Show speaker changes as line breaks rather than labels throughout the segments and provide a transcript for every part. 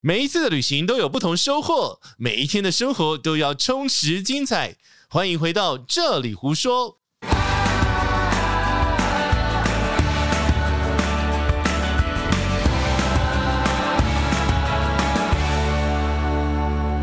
每一次的旅行都有不同收获，每一天的生活都要充实精彩。欢迎回到这里胡说。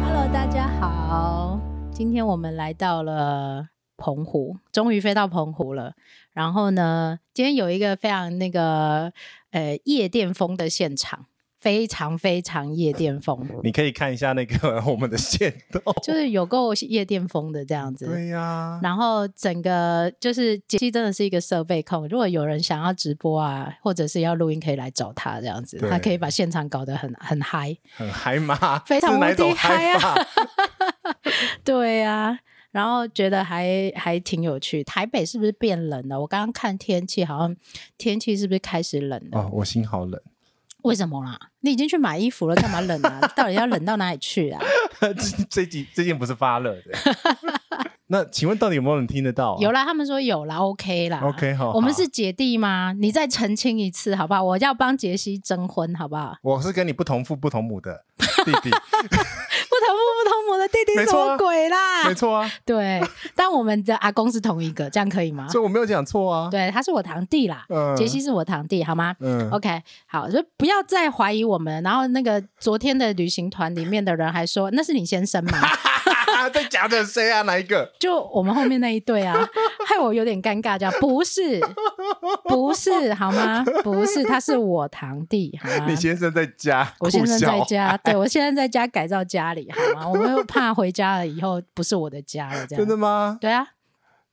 Hello，大家好，今天我们来到了澎湖，终于飞到澎湖了。然后呢，今天有一个非常那个呃夜店风的现场，非常非常夜店风，
你可以看一下那个 我们的线动。
就是有够夜店风的这样子。
对呀、啊
然后整个就是杰西真的是一个设备控，如果有人想要直播啊，或者是要录音，可以来找他这样子，
对
他可以把现场搞得很很嗨。
很嗨吗？
非常
是哪一
无
种
敌嗨啊
法！
对啊，然后觉得还还挺有趣。台北是不是变冷了？我刚刚看天气，好像天气是不是开始冷了？
哦，我心好冷，
为什么啦？你已经去买衣服了，干嘛冷啊？ 到底要冷到哪里去 啊？
这这集最近不是发热 的。那请问到底有没有人听得到、啊
有。啦，他们说有啦，OK 啦
OK，好
我们
好
是姐弟吗？你再澄清一次好不好？我要帮杰西征婚好不好？
我是跟你不同父不同母的弟
不
弟，
同父不同母的弟弟
没
什
错
么
啊
鬼啦？
没错 啊，
对，但我们的阿公是同一个，这样可以吗？
所以我没有讲错啊。
对，他是我堂弟啦，
嗯
杰西是哦我堂弟，好吗？
嗯
OK，好，就不要再怀疑我们。然后那个昨天的旅行团里面的人还说那是你先生 吗？
在讲的谁啊？哪一个？
就我们后面那一对啊，害我有点尴尬，这样不 是，不是好吗？不是，他是我堂弟，好吗
你？先生在家，
啊 我先生在
哭笑，
家，对我现在在家改造家里，好吗？我们又怕回家了以后不是我的家了，这
真的
样。
吗？
对啊，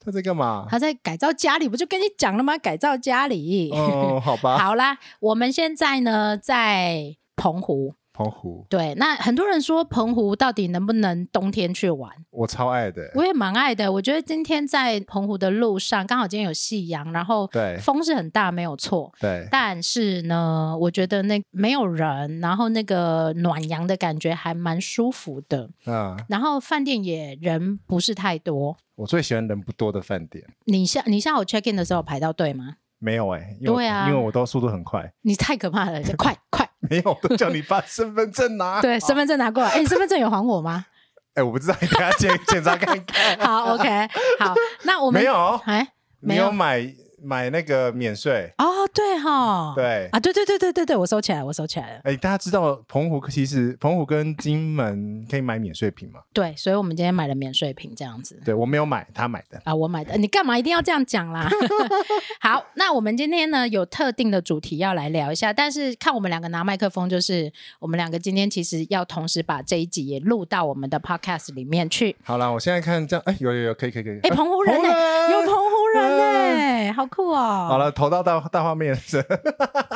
他在干嘛？
他在改造家里，不就跟你讲了吗？改造家里。
哦，好 吧，
好啦，我们现在呢在澎湖，
澎湖，
对，那很多人说澎湖到底能不能冬天去玩？
我超爱的。
我也蛮爱的。我觉得今天在澎湖的路上，刚好今天有夕阳，然后
对
风是很大，没有错。
对，
但是呢，我觉得那没有人，然后那个暖阳的感觉还蛮舒服的。
嗯，
然后饭店也人不是太多。
我最喜欢人不多的饭店。
你下你下午 check in 的时候有排到队吗？
没有哎、因为我
对啊
因为我都速度很快，
你太可怕了，就快快！
没有都叫你把身份证拿。
对，身份证拿过来。哎、你身份证有还我吗？
哎、我不知道，你等下检检查看看。
好，OK，好，那我们
没有
哎，没
你
有
有买买那个免税？
哦，对哈，
对，哎、
啊，对对对对对对，我收起来，我收起来了。
大家知道澎湖其实澎湖跟金门可以买免税品吗？
对，所以我们今天买了免税品这样子
对我没有买，他买的。
啊，我买的，你干嘛一定要这样讲啦？ 好，那我们今天呢有特定的主题要来聊一下，但是看我们两个拿麦克风，就是我们两个今天其实要同时把这一集也录到我们的 podcast 里面去。
好啦，我现在看这样，哎、有有有，可以可以可以。
哎，澎湖人呢、
人
有澎湖 人呢、好酷哦！
好了，投到大大画面是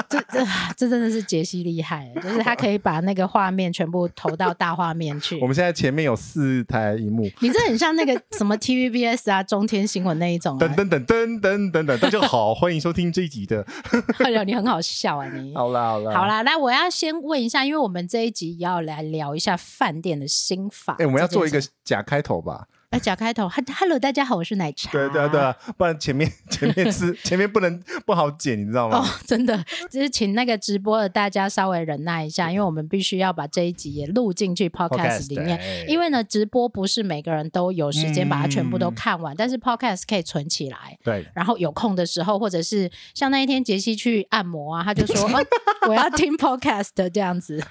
这这这真的是杰西厉害，欸就是他可以把那个画面全部投到大画面去。
我们现在前面有四台荧幕，
你这很像那个什么 TVBS 啊、中天新闻那一种、啊
噔，噔噔噔噔噔噔，大家好，欢迎收听这一集的。
哎呦，你很好笑啊你。
好啦好啦，
好。啦，那我要先问一下，因为我们这一集要来聊一下饭店的心法。
哎、我们要做一
这
个
件事，
假开头吧。
哎，假开头哈，Hello，大家好，我是奶茶。
对对啊对啊，不然前面 前 面是前面不能不好剪，你知道吗？
哦，真的，就是请那个直播的大家稍微忍耐一下，因为我们必须要把这一集也录进去 Podcast 里面。因
为
为呢，直播不是每个人都有时
嗯
间把它全部都看完，但是 Podcast 可以存起来。
对
然后有空的时候，或者是像那一天杰西去按摩啊，他就说、哦、我 要听 podcast 这样子。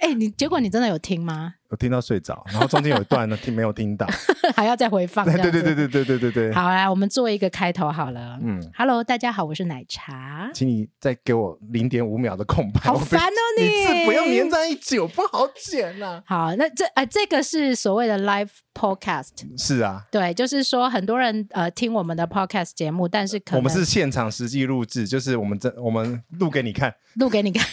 哎、你结果你真的有听吗？
我听到睡着，然后中间有一 段呢听没有听到，
还要再回放？
对
这样子
对对对对对对对对，
好啊来，我们做一个开头好了。
嗯，
Hello，大家好，我是奶 茶。
请你再给我零点五秒的空白，
好
我非
烦哦
你字
你
不要粘在一起，我不好剪啊啦。
好，那这呃，这个是所谓的 live podcast，
是啊，
对，就是说很多人呃听我们的 podcast 节目，但是可能
我们是现场实际录制，就是我们真我们录给 你看，
录给你看，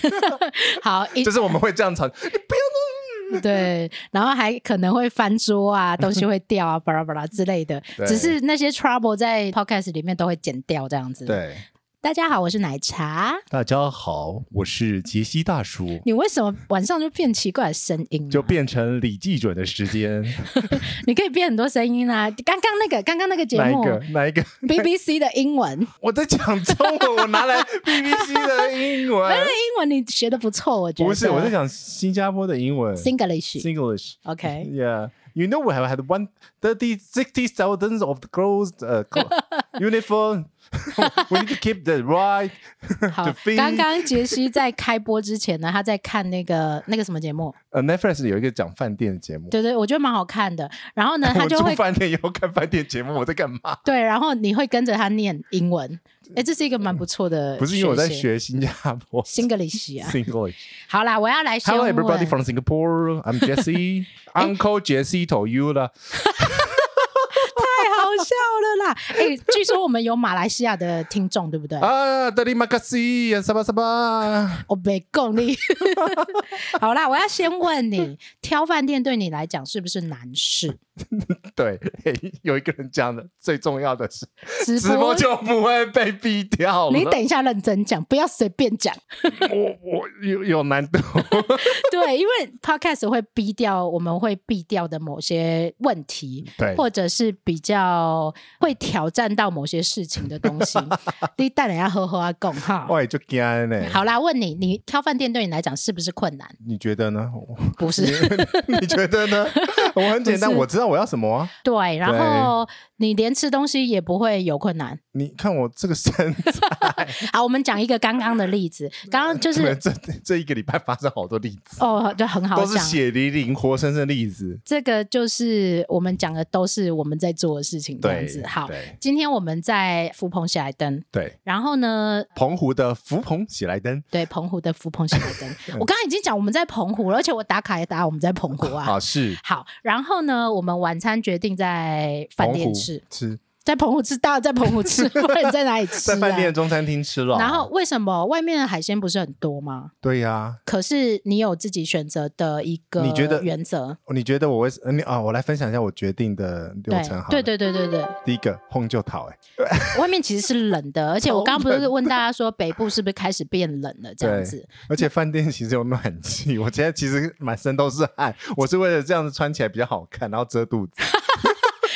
好，一
就是我们会这样吵，
对，然后还可能会翻桌啊，东西会掉啊，巴拉巴拉之类的。
对
只是那些 trouble 在 podcast 里面都会剪掉这样子。，
对，
大家好，我是奶茶。
大家好，我是杰西大叔，
你为什么晚上就变奇怪的声音、啊？
就变成李记者的时间，
你可以变很多声音啦、刚刚那个，刚刚那个节
哪一
目
个？哪一个？
BBC 的英文，英
我在讲中文，我拿来 BBC 的英文，
哎文你学的不错， 我觉得。
不是，我在讲新加坡的英文
Singlish。
Singlish。
OK，
Yeah, you know we have had one thirty sixty thousands of girls uh, co- uniform. we need to keep the right
好
to，feed.
刚刚杰西在开播之前呢，他在看那个那个什么节目，
呃 Uh, Netflix 有一个讲饭店的节目，
对对，我觉得蛮好看的。然后呢，他
我
就
住
会
饭店以后看饭店节目，我在干 嘛？
对，然后你会跟着他念英文，哎，这是一个蛮不错的。
嗯不是因为我在学新加坡
Singlish 啊。
Singlish.
好啦，我要来先
Hello
问
everybody from Singapore. I'm Jesse. Uncle Jesse to you 啦。
太好笑了啦！哎，据说我们有马来西亚的听众，对不对？
啊，德里马卡西，什么什么？
我没共你。 好啦，我要先问你，挑饭店对你来讲是不是难事？
对， 嘿有一个人讲的最重要的是，
直
直播就不会被逼掉了。
你等一下认真讲，不要随便讲。
我我有有难度，
对，因为 podcast 会逼掉，我们会避掉的某些问题，
对
或者是比较会挑战到某些事情的东 西。你带人家呵呵啊共哈。
我也就惊呢。
好啦，问你，你挑饭店对你来讲是不是困难？
你觉得呢？我
不是，
你觉得呢？我很简单，
不是
我知道我要什么啊。
对。然后你连吃东西也不会有困难。
你看我这个身材，
好，我们讲一个刚刚的例子，刚刚就 是
这这一个礼拜发生好多例子，
哦，就很好
都是
讲。
血淋淋、活生生的例子。
这个就是我们讲的，都是我们在做的事情，这样
对
子。好，
对
今天我们在福朋喜来登，
对，
然后呢，
澎湖的福朋喜来登
对澎湖的福朋喜来
嗯
登，我刚刚已经讲我们在澎湖了，而且我打卡也打我们在澎湖啊。
啊，是
好，然后呢，我们晚餐决定在饭
澎
店
湖
吃，
吃，
在澎湖吃，当然在澎湖吃，不然你在哪里吃、啊？
在饭店中餐厅吃了。
然后为什么外面的海鲜不是很多吗？
对呀，
可是你有自己选择的一个
你觉得
原则？
哦你觉得我为什你啊？我来分享一下我决定的流程好。
对，对对对对对，
第一个烘就逃，哎，
外面其实是冷的，而且 我刚刚不
超
是
冷
问大家说北部是不是开始变冷了这样
对
子？
而且饭店其实有暖气，我现在其实满身都是汗，我是为了这样子穿起来比较好看，然后遮肚子。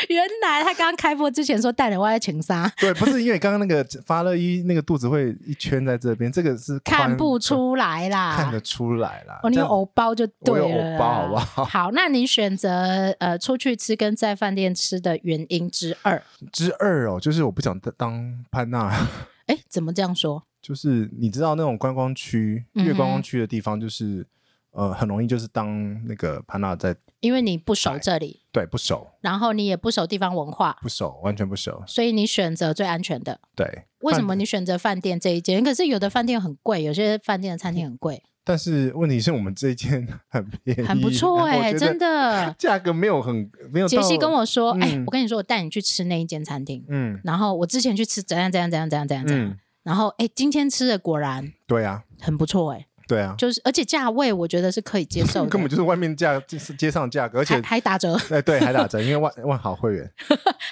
原来他刚开播之前说带人外在情杀，
对，不是因为刚刚那个发热衣那个肚子会一圈在这边，这个是宽
看不，出来啦，
看得出来啦。
哦，你
这
有
样
藕包就对
我有
了啦，
藕包好不好
那你选择呃出去吃跟在饭店吃的原因之二，
之二哦，就是我不想当潘娜，
哎，怎么这样说？
就是你知道那种观光区、
嗯哼
越观光区的地方，就是呃很容易就是当那个潘娜在
因为你不熟这里，
对不熟
然后你也不熟地方文化，
不熟完全不熟，
所以你选择最安全的。
对。
为什
饭
么你选择饭店这一间？可是有的饭店很贵，有些饭店的餐厅很 贵，
但是问题是我们这一间 很便宜，
很不错哎、真
的
的。
价格没有很没有到。
杰西跟我说：“哎、
嗯
我跟你说，我带你去吃那一间餐厅。
嗯
然后我之前去吃怎样怎样怎样怎样怎样怎样。
嗯，
然后哎、今天吃的果然
对啊
很不错哎、
对啊，
就是而且价位我觉得是可以接受的，
根本就是外面价就是街上价格，而且
还还打折，
哎对还打折，因为万万豪会员，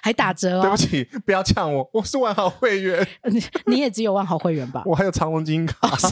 还打折
对
哦
不。起不要呛我，我是万豪会员，
你你也只有万豪会 员吧？
我还有长隆金
哦
卡，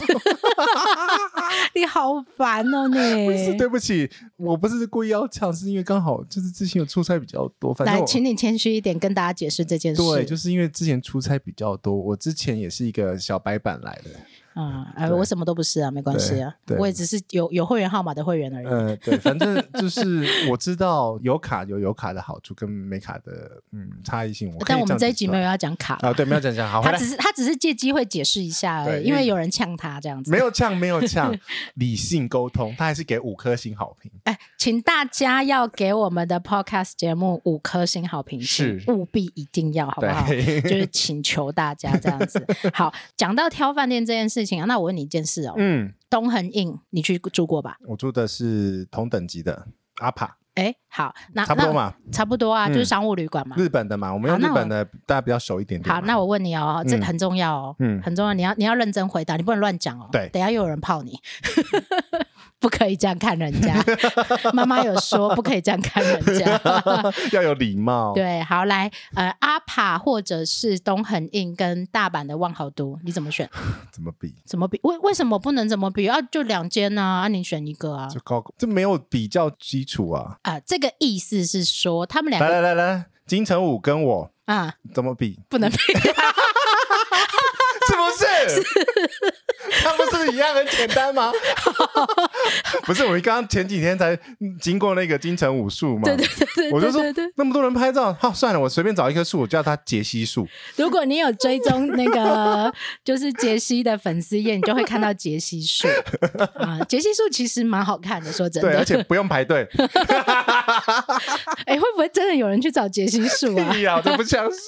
你好烦哦
是
你。
对不起，我不是故意要呛，是因为刚好就是之前有出差比较多，反正
来，
我
请你谦虚一点，跟大家解释这件事。
对，就是因为之前出差比较多，我之前也是一个小白板来的，
啊，哎，
对
我什么都不是啊，没关系啊
对，对
我也只是有有会员号码的会员而已。
嗯，对，反正就是我知道有卡有有卡的好处跟没卡的嗯差异性。我可以
但我们
这
这
样
一
子
集
说
没有要讲卡，
啊，对，没有讲讲好，回
他
来
只是他只是借机会解释一下而已，
对
因
因
为
为
有人呛他这样子。
没有呛，没有呛，理性沟通，他还是给五颗星好评。
哎，请大家要给我们的 podcast 节目五颗星好评，
是
请务必一定要，好不好？ 就
对，
是请求大家这样 子。好，讲到挑饭店这件事情啊，那我问你一件事哦，
嗯，
东恒印你去住过吧？
我住的是同等级的阿帕，
哎，好，那
差不多
那
嘛，
差不多啊，
嗯
就是商务旅馆嘛。
日本的嘛，我们用
好那
日
我
本的，大家比较熟一点点嘛。
好，那我问你哦，这
嗯
很重要哦，
嗯
很重要，你要你要认真回答，你不能乱讲哦，
对
等一下又有人泡你。不可以这样看人 家。妈妈有说不可以这样看人家。
要有礼貌。
对，好来，呃，阿帕或者是东恒印跟大阪的万豪都，你怎么选？
怎么比？
怎么比？为为什么不能怎么比？啊，就两间呢、啊，啊，你选一个啊。
就高，这没有比较基础啊！
啊、这个意思是说他们两
来
个
来来来，金城武跟我
啊，
怎么比？
不能比。
是不是？ 他不是一样很简单吗？不是，我刚刚前几天才嗯经过那个金城武术嘛，
对对对对，
我就说
对对对
那么多人拍照，好、算了，我随便找一棵树，我叫它杰西树。
如果你有追踪那个就是杰西的粉丝页，你就会看到杰西树啊，杰西树其实蛮好看的，说真
对，而
的。
且不用排队。
哎，会不会真的有人去找杰西树啊
哎？呀，我都不相信。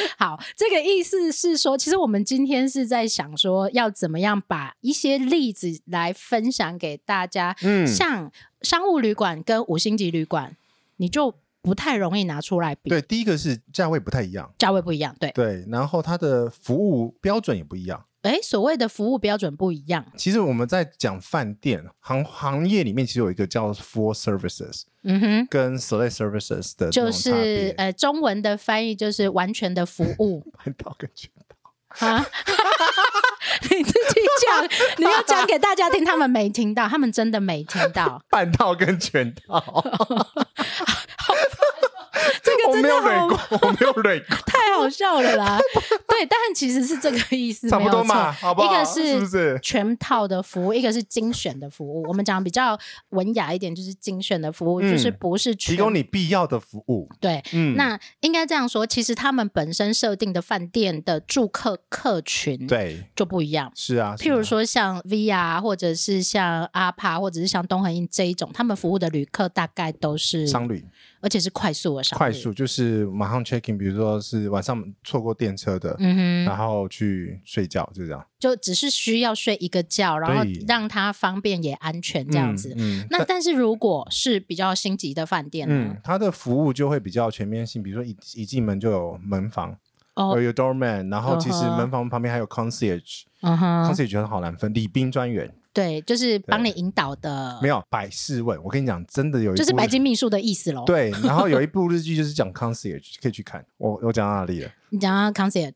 好，这个意思是说，其实我们今天是在想说，要怎么样把一些例子来分享给大家。
嗯
像商务旅馆跟五星级旅馆，你就不太容易拿出来比，
对，第一个是价位不太一样，
价位不一样。对，
对，然后它的服务标准也不一样。
哎，所谓的服务标准不一样。
其实我们在讲饭店行行业里面，其实有一个叫 full services
嗯哼。
跟 select services 的这
就
种差别
是呃，中文的翻译就是完全的服务
很到跟全套
啊。你自己讲，你要讲给大家听，他们没听到，他们真的没听 到。
半套跟全套，
这个
我
真
没
的
有
好
蕊过，我没有蕊过，
太好笑了 啦！对，但其实是这个意思，
差不多
没
嘛，
有错
好不好？
一个
是不
是
是？
全套的服务，一个是精选的服 务。我们讲比较文雅一点，就是精选的服务，
嗯
就是不是全
提供你必要的服务，
对。
嗯，
那应该这样说，其实他们本身设定的饭店的住客客群
对，
就不一样。
是啊，
譬如
是啊，
说像 VR 或者是像阿帕或者是像东恒印这一种，他们服务的旅客大概都是，
商旅
而且是快速的商旅
快速，就是马上 check in，比如说是晚上错过电车的，
嗯哼，
然后去睡觉，就这样，
就只是需要睡一个觉，然后
对
让它方便也安全这样子。
嗯，嗯
那但是如果是比较星级的饭店呢
嗯，？它的服务就会比较全面性，比如说一一进门就有门房，
哦，
有 doorman，然后其实
嗯哼
门房旁边还有 concierge，concierge
嗯哼，
很好难分，礼宾专员
对，就是帮你引导的
没，有百事问，我跟你讲，真的有一
就是
部
白金秘书的意思喽。，
对，然后有一部日剧就是讲 concierge，可以去看，我我讲到哪里了？
你讲啊到 concert，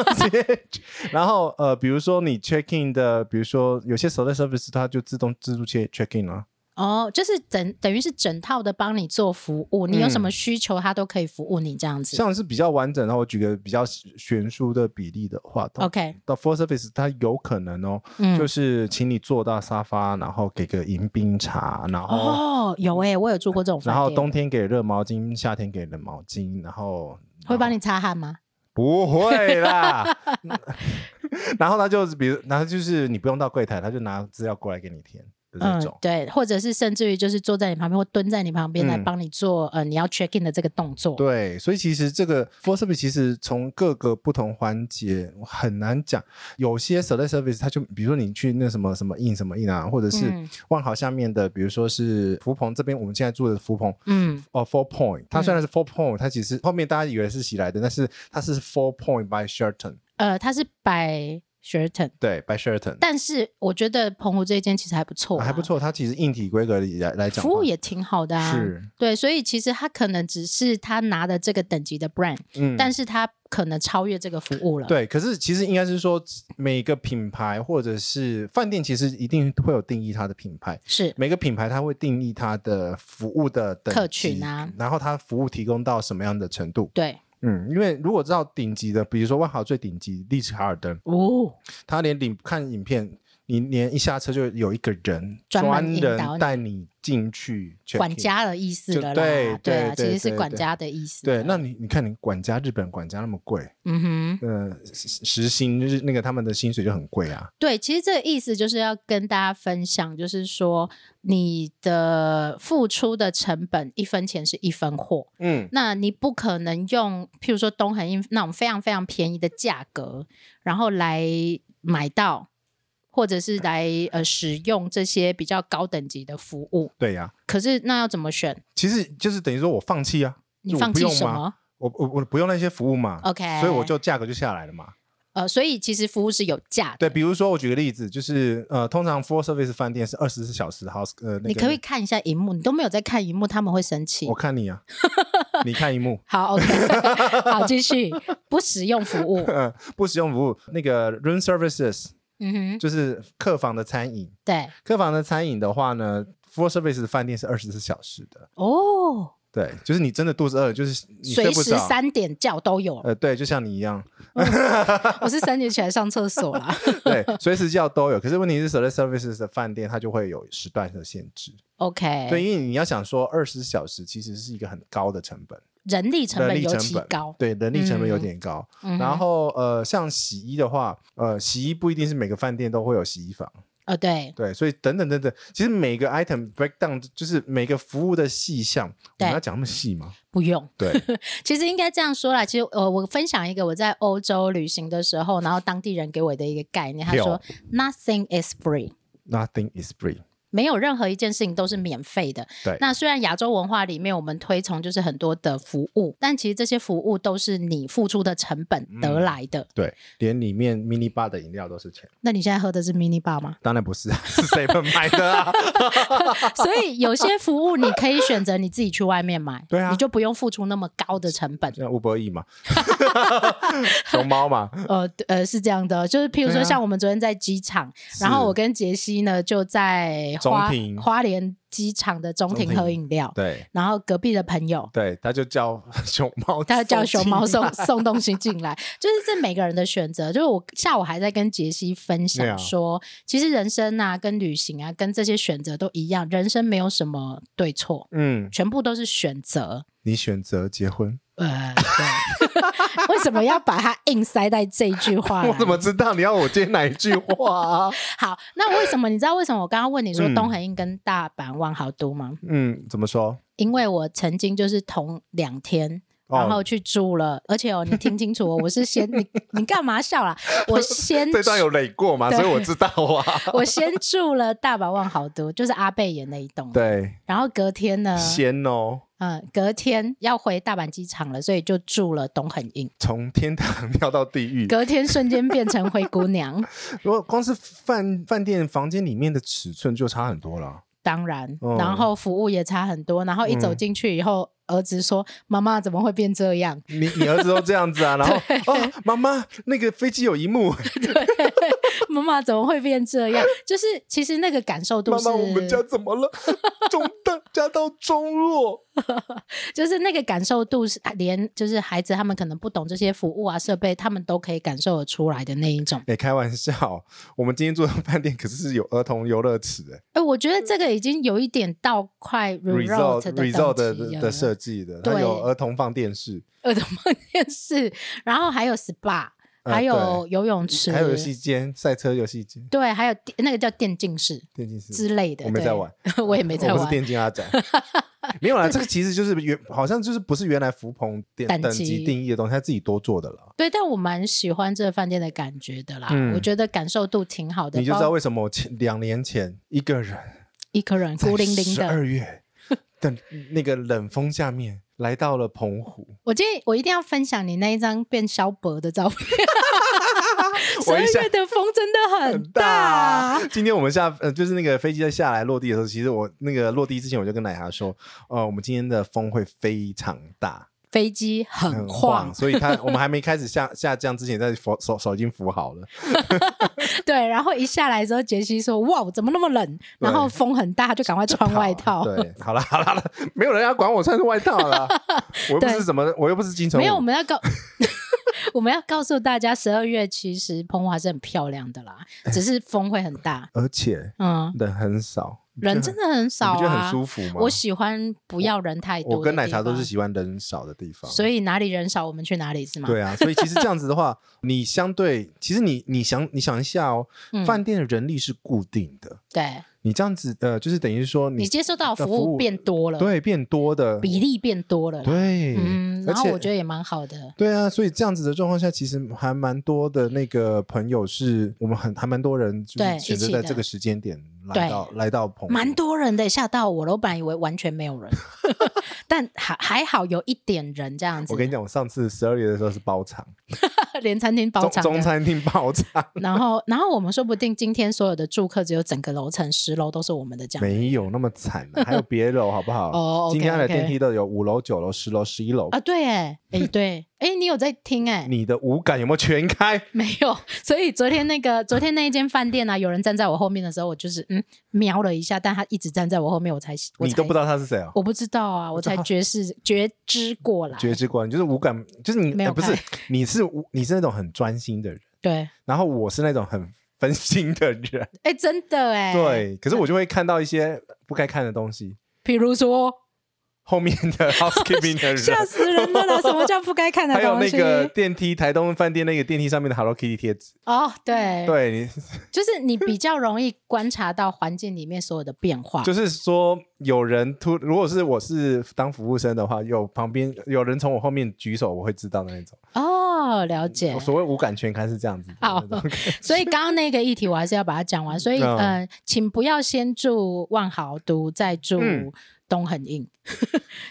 然后呃，比如说你 check in 的，比如说有些 select service 它就自动自助切 check in 啊了，
哦，就是整等于是整套的帮你做服务，你有什么需求，他都可以服务你这样子。
嗯像是比较完整。然后我举个比较悬殊的比例的话到
OK，
到 full service 它有可能哦，就
哦嗯，
是请你坐到沙发，然后给个迎宾茶，然后、
哦，有诶，我有住过这种
然
饭
后
店，
冬天给热毛巾，夏天给冷毛巾，然后
会帮你擦汗吗？
不会啦。 然后他就是，比如，然后就是你不用到柜台，他就拿资料过来给你填的那
嗯
种，。
对，或者是甚至于就是坐在你旁边或蹲在你旁边来
嗯
帮你做呃你要 check in 的这个动作。
对，所以其实这个 full service 其实从各个不同环节很难讲，有些 select service 它就比如说你去那什么什么 in 什么 in 啊，或者是
嗯
万豪下面的，比如说是福朋这边我们现在住的福朋。
嗯，
哦、f o u r Point，它虽然是 Four Point，它其实后面大家以为是喜来登，但是它是 Four Point by Sheraton，
呃，它是摆 Sheraton，
对，by Sheraton，
但是我觉得澎湖这一间其实还不错、
啊还不，错。它其实硬体规格里来来讲的
服
话，
务也挺好的啊。
是，
对，所以其实他可能只是他拿的这个等级的 brand，、
嗯，
但是他可能超越这个服务了。，
对，可是其实应该是说，每个品牌或者是饭店，其实一定会有定义它的品牌。
是
每个品牌它会定义它的服务的等级
客群啊，
然后它服务提供到什么样的程度？
对
嗯，因为如果知道顶级的，比如说万豪最顶级丽兹卡尔登，
哦，
他连领看影片，你连一下车就有一个人
专门
专
引导
人
你
带你进去 check in
管。家的意思
就
了啦。
对
啊，
对
其
对
实是
对
管
对
家的意思。
对，那你你看，你管家日本管家那么贵，
嗯哼，
呃，时时薪就是那个他们的薪水就很贵啊。
对，其实这个意思就是要跟大家分享，就是说你的付出的成本一分钱是一分货。
嗯，
那你不可能用，譬如说东恒印那种非常非常便宜的价格，然后来买到，或者是来呃使用这些比较高等级的服务。
对呀、
可是那要怎么选？
其实就是等于说我放弃啊，
你
就我
放
不
弃
用
什
嘛，
么
我我我不用那些服务嘛
OK
所以我就价格就下来了嘛。
呃，所以其实服务是有价的。
对，比如说我举个例子，就是呃，通常 full service 饭店是二十四小时 house，呃，那个
你可不可以看一下荧幕？你都没有在看荧幕，他们会生气
我。看你啊，你看一幕，
好，OK，好， 继续不使用服 务。
嗯，不使用服务，那个 room services
嗯哼，
就是客房的餐饮，
对，
客房的餐饮的话呢，full service 饭店是二十四小时的，
哦，
对，就是你真的肚子饿，就是你睡
随
不
时
着，
三点叫都 有。
呃，对，就像你一样，
我是三点起来上厕所 啦。
对，随时叫都有。可是问题是 s e l e services 的饭店它就会有时段的限制，
OK，
对，因为你要想说二十小时其实是一个很高的成本，
人力成
人
本
力
尤
成
其
本
高。
对，人力成本有
嗯
点高。
嗯哼
然后呃，像洗衣的话，呃，洗衣不一定是每个饭店都会有洗衣房，
呃，对，
对，所以等等等等，其实每个 item breakdown 就是每个服务的细项，我
对
们要讲那么细吗？
不用。
对，
其实应该这样说啦。其实呃，我分享一个我在欧洲旅行的时候，然后当地人给我的一个概念，他说 “Nothing is free”，
Nothing is free。
没有任何一件事情都是免费的。
对
那虽然亚洲文化里面我们推崇就是很多的服务，但其实这些服务都是你付出的成本得来的。
对，连里面 mini bar 的饮料都是钱，
那你现在喝的是 mini bar 吗？
当然不是，啊是谁们买的啊？
所以有些服务你可以选择你自己去外面买，
对啊
你就不用付出那么高的成本。
像吴伯 义嘛，熊猫嘛，
呃对呃，是这样的，就是譬如
对
说
啊
像我们昨天在机场，然后我跟杰西呢就在
中
花
庭
花莲机场的中
中
庭
庭
喝饮料，
对
然后隔壁的朋友。
对，他就 叫熊猫，
他叫熊猫送 送东西进来，就是这每个人的选择。就是我下午还在跟杰西分
对啊
享说，其实人生啊，跟旅行啊，跟这些选择都一样，人生没有什么对错，
嗯，
全部都是选择。
你选择结婚，
呃，对， 为什么要把它硬塞在这一句 话来？
我怎么知道你要我接哪一句 话、啊？
好？那为什么你知道为什么我刚刚问你说
嗯
东恒印跟大阪万豪都吗？
嗯，怎么说？
因为我曾经就是同两天。
哦
然后去住了，而且哦，你听清楚哦，我是 先你你干嘛笑啦？我先
这段有累过嘛，
嗯对
所以我知 道啊。
我先住了大阪万豪都，就是阿贝演那一栋。
对，
然后隔天呢，
先哦，
嗯，隔天要回大阪机场了，所以就住了东恒印。
从天堂跳到地狱。
隔天瞬间变成灰姑娘，
如果光是饭饭店房间里面的尺寸就差很多了。
当然，
哦
然后服务也差很多。然后一走
嗯
进去以后，儿子说：“妈妈怎么会变这样
你你儿子都这样子啊，然 后哦，妈妈，那个飞机有一幕，？”
妈妈怎么会变这样？就是其实那个感受度
妈
是，
妈，我们家怎 么了？中的家道中落，
就是那个感受度是连就是孩子他们可能不懂这些服务啊设备，他们都可以感受得出来的那一种。
哎、开玩笑，我们今天住的饭店可是有儿童游乐池哎、
哎，我觉得这个已经有一点到快
result
result 的
result 的
等级
的
了
的设计的，它
对
有儿童放电视，
儿童梦电视，然后还有 SPA，
呃
还有游泳池，
还有游戏间、赛车游戏间、
对，还有电那个叫电竞室
电竞室，
之类的。
嗯我没
对
在玩，
我也没在
我不是
玩。
电竞 阿仔，没有啦，这个其实就是原好像就是不是原来福朋等
等级
等级定义的东西，他自己多做的了。
对，但我蛮喜欢这个饭店的感觉的啦，
嗯
我觉得感受度挺好的。
你就知
包
道为什么我前两年前一个人
一个人
在
孤零零
十
的。
二 月的那个冷风下面来到了澎湖，
我建议我一定要分享你那一张变萧伯的照片。十
我
二
一下
月的风真的很大，
大。今天我们下呃，就是那个飞机在下来落地的时候，其实我那个落地之前我就跟奶茶说，呃，我们今天的风会非常大，
飞机很晃，
所以 它我们还没开始下下降之前，在扶手手已经扶好了。
对，然后一下来之后，杰西说：“哇，怎么那么冷？”然后风很大，他就赶快穿外套。
对，好了好了好了，没有人要管我穿外套 了，我又不
对
是什么，我又不是金城武，
没有，我们要告 我们要告诉大家，十二月其实澎湖还是很漂亮的啦，
哎
只是风会很大。
而且
嗯，
人很少，
人真的很少
你不觉得
啊
很，舒服吗？
我喜欢不要人太多。
我跟奶茶都是，喜欢人少的地方，
所以哪里人少，我们去哪里是吗？
对啊，所以其实这样子的话，你相对其实你你想你想一下哦，
嗯
饭店的人力是固定的，
对，
你这样子呃，就是等于说
你
你
接受到的
的
服
服
务
务
变多了，
对变多的，
比例变多了啦。
对，
嗯，
而
然后
且
我觉得也蛮好的。
对啊，所以这样子的状况下，其实还蛮多的那个朋友是我们很还蛮多人就
对
是选择
一起
在
的
这个时间点来到来到澎湖，
蛮多人的，吓到我了。我本来以为完全没有人， 但还还好有一点人这样子。
我跟你讲，我上次十二月的时候是包场，
连餐厅包
中
场的
中餐厅包场，
然后，然后我们说不定今天所有的住客只有整个楼层十楼都是我们的这样。
没有那么惨啊、还有别楼好不好？
哦，OK，
今天的
OK
电梯都有五楼、九楼、十楼、十一楼。
啊，对，哎，哎，对，哎，你有在听哎？
你的五感有没有全开？
没有，所以昨天那个昨天那一间饭店啊，有人站在我后面的时候，我就是嗯瞄了一下，但他一直站在我后面，我才我才
你都不知道他是谁哦。
我不知道啊，我才觉是觉知过来，
觉知观就是五感，就是你
没有
呃不是，你是无你是那种很专心的人，
对，
然后我是那种很分心的人，
哎，真的哎，，
对。可是我就会看到一些不该看的东西，
比如 说
后面的 housekeeping 的人，
吓死人了啦，什么叫不该 看的
还有
东
那
西？
个电梯，台东饭店那个电梯上面的 Hello Kitty 贴纸，
哦，对，
对你
就是你比较容易观察到环境里面所有的变化，
就是说有人突，如果是我是当服务生的话，有旁边有人从我后面举手，我会知道那一种。
哦，了解。
所谓五感全开是这样子的那
好
种。
所以刚刚那个议题我还是要把它讲完，所以
嗯
呃，请不要先住万豪都，再住
嗯
东恒印，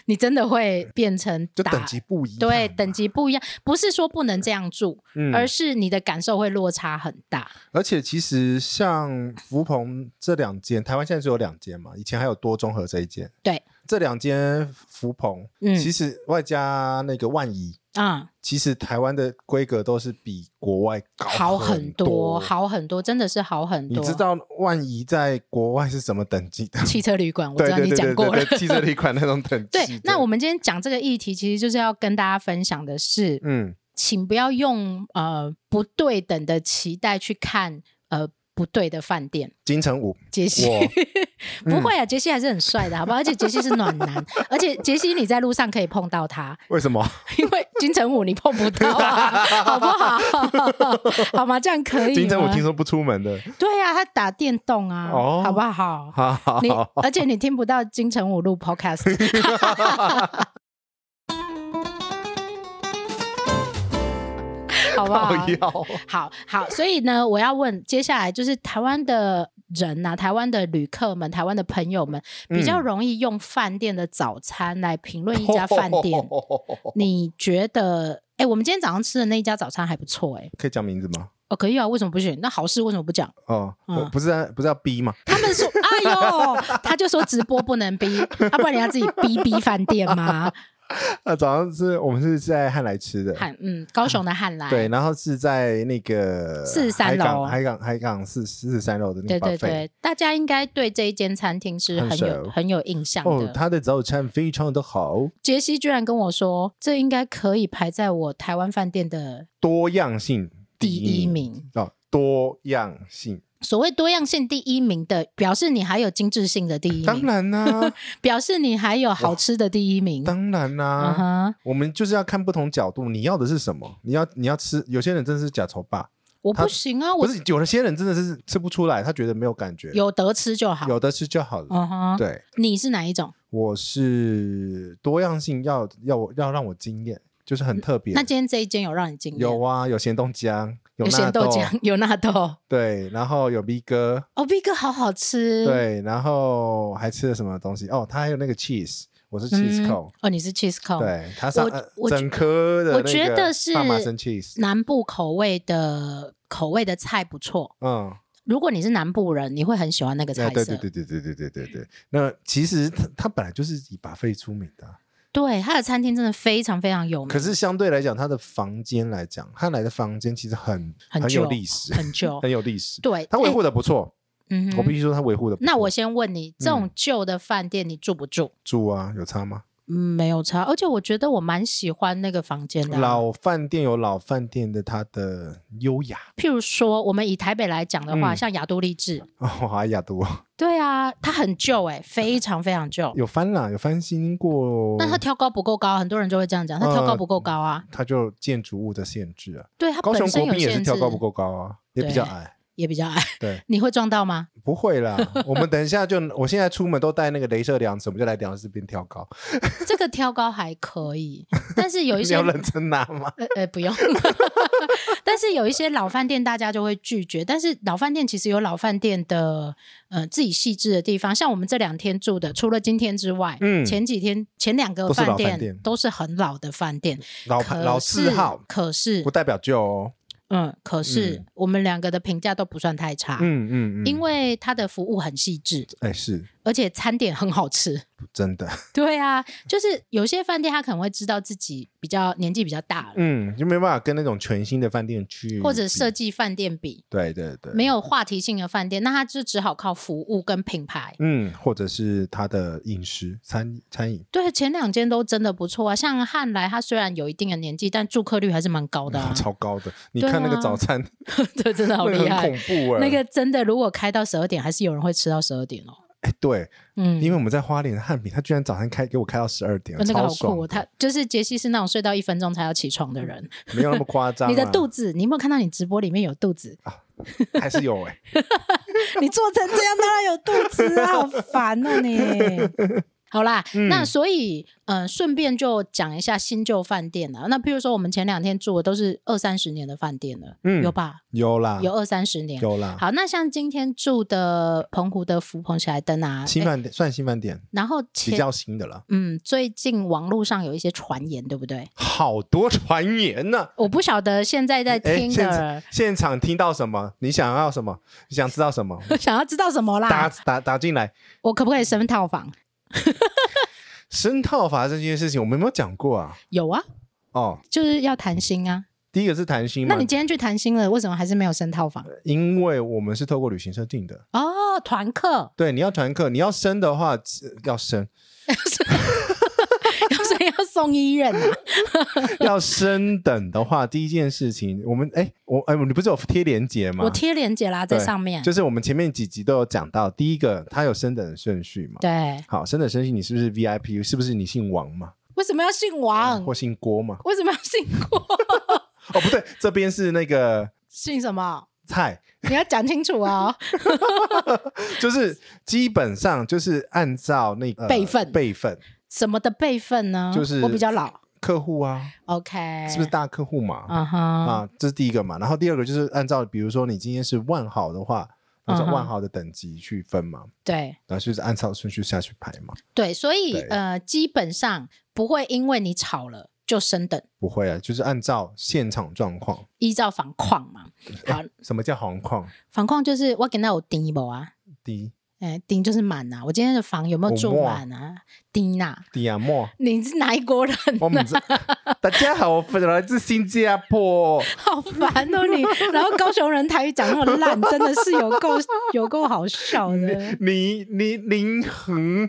你真的会变成
就
打
等级不一样嘛，
对等级不一样，不是说不能这样住，
嗯，
而
而
是你的感受会落差很大。
而且其实像福鹏这两间，台湾现在只有两间嘛，以前还有多中和这一间，
对，
这两间福鹏，
嗯
其实外加那个万怡，
啊、
其实台湾的规格都是比国外高
好
很
很多，好很多，真的是好很
你
多。
知道万怡在国外是什么等级的？
汽车旅 馆，我
对
知道
对
你
对
讲
对
过了
对，。对汽车旅馆那种等级的。
对，那我们今天讲这个议题，其实就是要跟大家分享的是，
嗯，
请不要用呃不对等的期待去看呃不对的饭店。
金城武，
杰西
我
不会啊，杰西还是很帅的，好不好？而且杰西是暖 男，而且杰西你在路上可以碰到他，
为什么？
因为金城武你碰不到啊，好 不好？好吗？这样可以吗？
金城武听说不出门的，
对啊，他打电动啊，
哦
好不好？
好好
你
好，
而且你听不到金城武录 podcast，好不好？
要
好好，所以呢，我要问，接下来就是台湾的人呐、台湾的旅客们，台湾的朋友们，
嗯
比较容易用饭店的早餐来评论一家饭 店。
哦
你觉得？哎、我们今天早上吃的那一家早餐还不错、哎，
可以讲名字吗？
哦，可以啊，为什么不行？那好事为什么不讲？
哦，
嗯
我不是在不是要逼吗？
他 们说：“哎呦，他就说直播不能逼，啊，不然你要自己逼逼饭店吗
啊，早上是我们是在汉来吃的？”，
汉嗯，高雄的汉来，
对，然后是在那个
43
海港
楼
海港海港四四十三楼的那
对
个
对
buffet。
对，大家应该对这一间餐厅是
很
很有
熟
很有印象的。
哦，他的早餐非常的好，
杰西居然跟我说，这应该可以排在我台湾饭店的
多样性
第一
一
名。
哦，多样性，
所谓多样性第一名的，表示你还有精致性的第一
当
名，
然啦、
表示你还有好吃的第一名。
当然啦、
嗯哼，
我们就是要看不同角度，你要的是什么？你要你要吃，有些人真的是假愁霸，
我
他
不行啊，
不
我
是有的些人真的是吃不出来，他觉得没有感觉，
有得吃就好。
有的吃就好了。
嗯哼，
对，
你是哪一种？
我是多样性要要我要让我惊艳，就是很特别。
嗯那今天这一间有让你惊艳？
有啊，有咸豆浆，有
有
纳
咸豆浆，有纳豆。
对，然后有 B 哥，
哦，B 哥好好吃。，
对，然后还吃了什么东西？哦，他还有那个 cheese，我是 cheese
嗯
cone，、
哦，你是 cheese cone。
对，他上
我
呃
我觉
整颗的
我
那
觉
个
得是
帕玛森 cheese，
南部口味的口味的菜不错。
嗯，
如果你是南部人，你会很喜欢那个菜
哎对
色。
对对对对对对对对对。那其实他他本来就是以把费出名的啊、
对，它的餐厅真的非常非常有名，
可是相对来讲，他的房间来讲，汉来的房间其实很
很
有
旧
历史，。
很旧
很有历史。
对，
他维
哎
护的不错，
嗯
我必
哼。
须说他维护的。
那我先问你，这种
嗯
旧的饭店你住不住？
住啊，有差吗？
嗯，没有差，而且我觉得我蛮喜欢那个房间的啊、
老饭店有老饭店的它的优雅
譬如说，我们以台北来讲的话，
嗯
像雅都丽致，
哦，阿雅都
对啊，它很旧哎、 非常非常旧。
有翻啦，有翻新过。
但它挑高不够高，很多人就会这样讲，它挑高不够高啊。
它就建筑物的限制啊，
对，它
嗯高
本
雄
身
国
有
宾也是
限制
跳。高不够高啊，也比较矮。
也比较矮，
对，
你会撞到吗？
不会 啦。我们等一下就，我现在出门都带那个镭射量尺，我们就来量这边跳高。
这个挑高还可以，但是有一
你
些
要认真拿吗？
呃呃，不用。 但是有一些老饭店大家就会拒绝，但是老饭店其实有老饭店的呃自己细致的地方，像我们这两天住的，除了今天之外，
嗯
前几天前两个
都是老
饭
饭店
都是很老的饭店，
老
可
老字
是
号
可是
不代表旧哦。
嗯，可是、
嗯
我们两个的评价都不算太差，
嗯嗯嗯，
啊因为它的服务很细致，
哎是
而且餐点很好吃。
真的，
对啊，就是有些饭店他可能会知道自己比较年纪比较大了，
嗯，就没办法跟那种全新的饭店去
或者设
计。
计饭店比。
对对对，
没有话题性的饭店，那他就只好靠服务跟品牌。
嗯，或者是他的饮食餐餐饮，。
对，前两间都真的不错啊，像汉来，他虽然有一定的年纪，但住客率还是蛮高的、啊
嗯超高的。你
对
看那个
啊
早餐，
对，真的好
那个
厉
很
害
恐。怖哎。
那个真的，如果开到十二点，还是有人会吃到十二点哦。
哎对，
嗯，
因为
为
我们在花莲的汉品，他居然早上开给我开到十二点，
那个
超
好
爽
酷哦，
的。
他就是杰西是那种睡到一分钟才要起床的人。
没有那么夸 张啊，
你的肚子，你有没有看到你直播里面有肚子？
啊还是有哎。
你做成这样，当然有肚子啊，好烦哦你。好啦，那所以嗯，呃顺便就讲一下新旧饭店啦。那譬如说，我们前两天住的都是二三十年的饭店了，
嗯
有吧？
有啦，
有二三十年。
有啊啦。
好，那像今天住的澎湖的福朋喜来登啊，
新
诶
饭店算新饭店，
然后
比
前
较新的了。
嗯，最近网络上有一些传言，对不对？
好多传言呢、
我不晓得现在在
哎
听
现
的，
现场听到什么？你想要什么？你想知道什么？
想要知道什么
打
啦？
打打进来。
我可不可以升套房？
深套法这件事情，我们有没有讲过啊？
有啊，
哦，
就是要谈心啊。
第一个是谈心嘛
那你，今天去谈心了，为什么还是没有升套房？
因为我们是透过旅行社订的。，
哦，团客
对，你要团客，你要生的话呃要生，
所以要送医院啊。
要升等的话，第一件事情，我们哎，我哎，你不是有贴链接 吗？
我贴链接啦，在
对
上面。
就是我们前面几集都有讲到，第一个它有升等的顺序嘛。
对，
好，升等顺序，你是不是 VIP？是不是你姓王嘛？
为什么要姓王
或？姓郭嘛？
为什么要姓郭？
哦，不对，这边是那个
姓什么？
蔡，
你要讲清楚 哦。
就是基本上就是按照那个、呃
辈分
辈分
什么的辈分呢？
就是
我比较老。
客户啊，
OK，
是不是？大客户嘛？
嗯哼，
啊，这是第一个嘛。然后第二个就是按照，比如说你今天是万豪的话，按照
嗯哼
万豪的等级去分嘛，
对
然后就是按照顺序下去排嘛。
对，所以
对
呃，基本上不会因为你吵了就升等，
不会啊，就是按照现场状况。
依照房况嘛。好，
什么叫行况？
房况就是我给那有低不啊？
第一，
哎，顶就是满呐、我今天的房有没有住
我摸
满啊？低呐、
第二莫。
你是哪一国人？啊
我啊 们这大家好，我本来自新加坡。
好烦哦你！然后高雄人台语讲那么烂，真的是有够 有够好笑的，
你你林恒，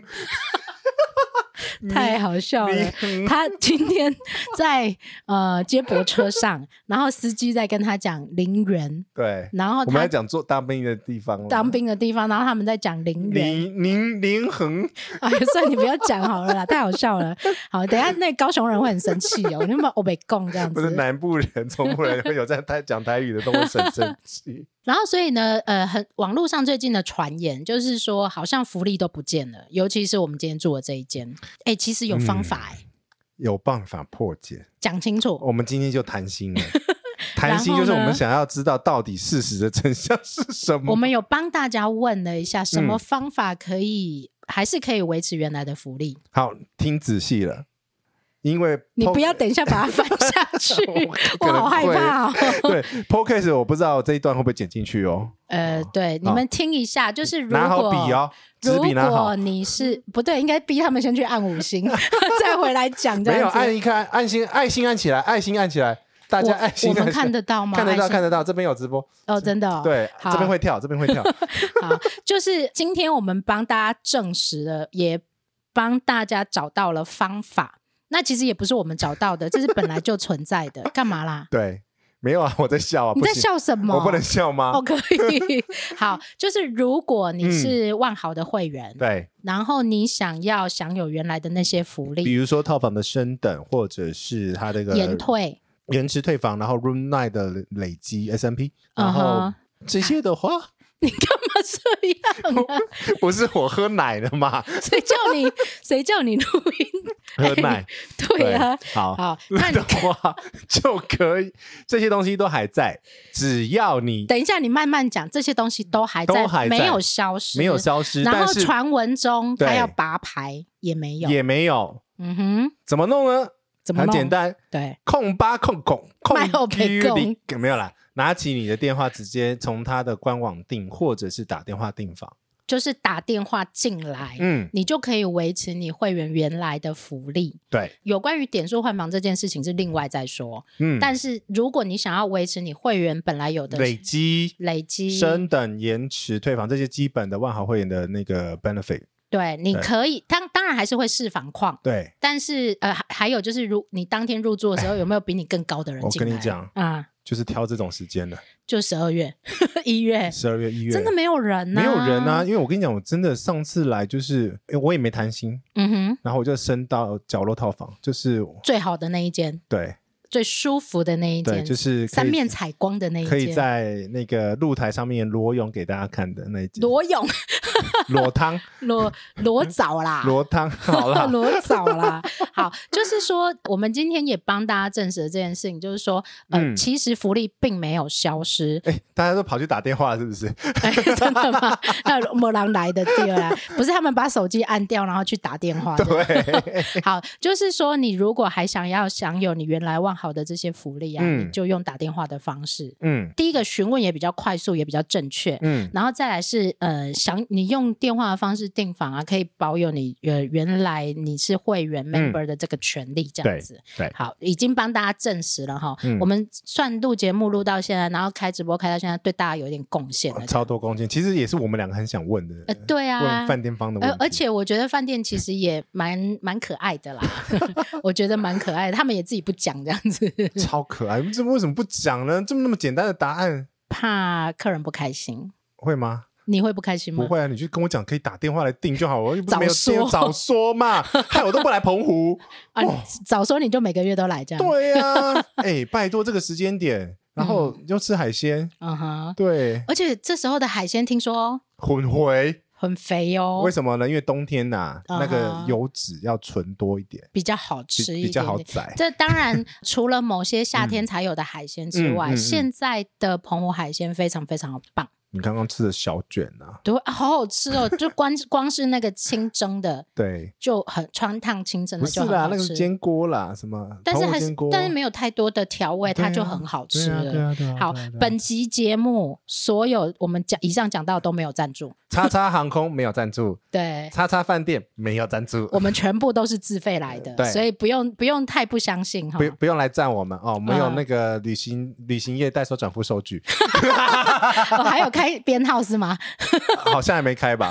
太好笑了。
林
他今天在呃接驳车上，然后司机在跟他讲陵园，
对，
然后
我们要
哦他
讲做当兵的地方了。
当兵的地方，然后他们在讲陵园。
林林林恒，
哎呀，算了你不要讲好了啦，太好笑了。好，等一下那高雄人会很生气哦，你们我被供这样
不是
子。
南部人、中部人会有在台讲台语的都会很生 气。
然后所以呢，呃，很网络上最近的传言就是说，好像福利都不见了，尤其是我们今天住的这一间。哎，其实有方法哎、
嗯有办法破解，
讲清楚。
我们今天就谈 心了。谈心就是我们想要知道到底事实的真相是什么。
我们有帮大家问了一下，什
嗯
么方法可以、还是可以维持原来的福利？
好听仔细了，因为
你
po-，
不要等一下把它翻 下去我
可能
好害
会
怕、哦。
对 podcast，我不知道这一段会不会剪进去哦。
呃，对，你们听一下，就是如果
拿好笔哦，纸
如
笔拿好
果。你是 不对，应该逼他们先去按五 星，再回来讲这
没有
样
按
子。
一看，按心爱心按起来，爱心按起来，大家
我
爱心
我
按起来
们看得到吗？
看得
还
到，
是
看得到，这边有直播，
哦，真的、哦，
对，
好
这边会跳，这边会跳，
好，啊就是今天我们帮大家证实了，也帮大家找到了方法。那其实也不是我们找到的，这是本来就存在的。干嘛啦？
对，没有啊，我在笑啊，
你
不
在
行，
笑什么？
我不能笑吗
哦，？可以。 好，就是如果你是万豪的会员，
嗯对，
然后你想要享有原来的那些福
比
利，
如说套房的升等，或者是它这个
延退，
延迟退房，然后 room night 的累积 S M P，
嗯
然后
哼，
这些的话，
你干嘛这样啊？
不是我喝奶的嘛？
谁叫你谁叫你录音？
喝奶，
对啊，
好，
好，那 你
的话就可以，这些东西都还在，只 要你
等一下，你慢慢讲，这些东西都还在，
都还在
没有消失，
没有消失，
然
但
后
是
传闻中他
对
要拔牌也没有，
也没有，
嗯哼，
怎么弄呢？
怎么
很
弄
简，单，
对，
控八控控
卖后
控
陪
Q
供
零， 没有啦，拿起你的电话，直接从他的官网订，或者是打电话订房。
就是打电话进来，
嗯，
你就可以维持你会员原来的福利。
对，
有关于点数换房这件事情是另外再说，
嗯，
但是如果你想要维持你会员本来有的
累积、
累积，
升等、延迟、退房这些基本的万豪会员的那个 benefit，
对，你
对
可以，当当然还是会视房况。
对
但是呃，还还有就是，如你当天入住的时候，有没有比你更高的人
我
进来？
跟你讲
啊、
就是挑这种时间的，
就十二月、 一月，
十二月、一月，
真的没有人呐、
没有人啊，。因为我跟你讲，我真的上次来就是，因为我也没贪心，
嗯哼，
然后我就升到角落套房，就是
最好的那一间，
对
最舒服的那一
对，
间，
就是可以
三面采光的那一间，
可以在那个露台上面裸泳给大家看的那一集，
裸泳、
裸汤
裸裸澡啦，
裸汤，好啦，
裸澡啦。好，就是说，我们今天也帮大家证实了这件事情，就是说，呃，
嗯，
其实福利并没有消失
哎，大家都跑去打电话了是不是？
哎真的吗？ 那莫狼来的对啦，不是他们把手机按掉，然后去打电话的。
对，
好，就是说，你如果还想要享有你原来万豪的这些福利啊，
嗯
你就用打电话的方式。
嗯
第一个询问也比较快速，也比较正确。
嗯，
然后再来是呃，想你用电话的方式订房啊，可以保有你呃原来你是会员 member 的这个权利，这样子。
嗯对
好，已经帮大家证实了哈。
嗯
我们算录节目录到现在，然后开直播开到现在，对大家有一点贡献了。
超多公斤，其实也是我们两个很想问的，
呃，对啊
问。饭店方的问
而
题，
而且我觉得饭店其实也蛮蛮可爱的啦， 我觉得蛮可爱的，他们也自己不讲这样子，
超可爱，这为什么不讲呢？这么那么简单的答案
怕客人不开心。
会吗？
你会不开心吗？
不会啊，你就跟我讲可以打电话来订就好，我又不是
嗯早
没有
说
电早 说嘛，害我都不来澎湖。
啊，你早说你就每个月都来这样。，
对呀、啊，哎、拜托这个时间点，然后又吃海鲜，
嗯哼。
对，
而且这时候的海鲜听说
混回。
很肥哦，
为什么呢？因为冬天呐、
啊哈
那个油脂要存多一点，
比较好吃一
比
点
比较好
点
宰。
这当然除了某些夏天才有的海鲜之外，
嗯嗯嗯
现在的澎湖海鲜非常非常棒，
你刚刚吃的小卷啊，
对，啊好好吃哦！ 就光光是那个清蒸的
对，
就很川烫清蒸
不
的
是
就很
啦，
好
那个
吃，
是煎锅啦，什么
但是
澎湖
还
煎
是
锅，
但是没有太多的调味，
对啊
它就很好
对
吃
啊，对
了。
啊，对啊。
好
对啊对啊，
本集节目所有我们讲以上讲到都没有赞助，
叉叉航空没有赞助，
对
叉叉饭店没有赞 助，
我们全部都是自费来的，
对
所以不用不用太不相信哈。
不不用来赞我们哦，我们有
嗯
那个旅行旅行业代收转付收据，
哦， 还有开编号是吗？
好像还没开吧？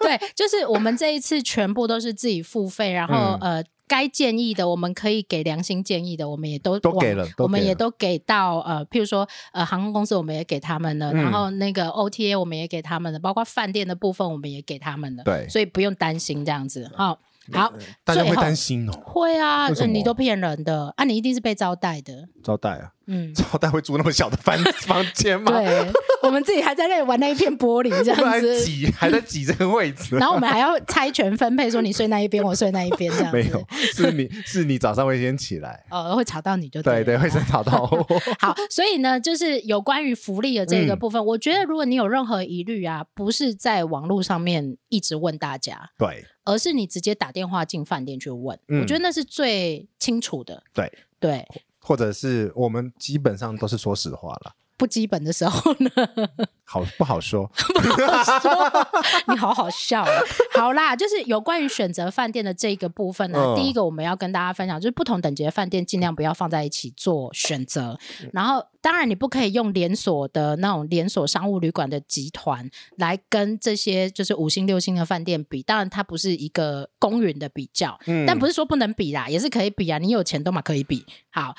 对，就是我们这一次全部都是自己付费，然后、
嗯
呃，该建议的我们可以给良心建议的，我们也都
都
往
给了都
我们
给
也
了
都给到呃，譬如说呃，航空公司我们也给他们的，然
嗯
后那个 OTA 我们也给他们的，包括饭店的部分我们也给他们的，
对
所以不用担心这样子。好，好，
大家
最
会
后
担心哦，
会啊，
为什
呃你
么
都骗人的啊，你一定是被招待的，
招待啊，。
嗯
招待会住那么小的 房房间吗？
对，我们自己还在那里玩那一片玻璃这
不
样
然
子，
挤还在挤这个位置，
然后我们还要猜拳分配，说你睡那一边，我睡那一边这样子。
没有，是你是你早上会先起来，
呃，会吵到你就
对
了
对，会先吵到我，
好，所以呢，就是有关于福利的这个部分，
嗯
我觉得如果你有任何疑虑啊，不是在网络上面一直问大家，
对
而是你直接打电话进饭店去问，
嗯
我觉得那是最清楚的。
对，
对，
或者是我们基本上都是说实话了，
不基本的时候呢，
好不好说？
你好好笑啊、好啦，就是有关于选择饭店的这个部分呢、
嗯
第一个我们要跟大家分享，就是不同等级的饭店尽量不要放在一起做选择。然后，当然你不可以用连锁的那种连锁商务旅馆的集团来跟这些就是五星六星的饭店比，当然它不是一个公允的比较。
嗯
但不是说不能比啦，也是可以比啊，你有钱都嘛可以比。好，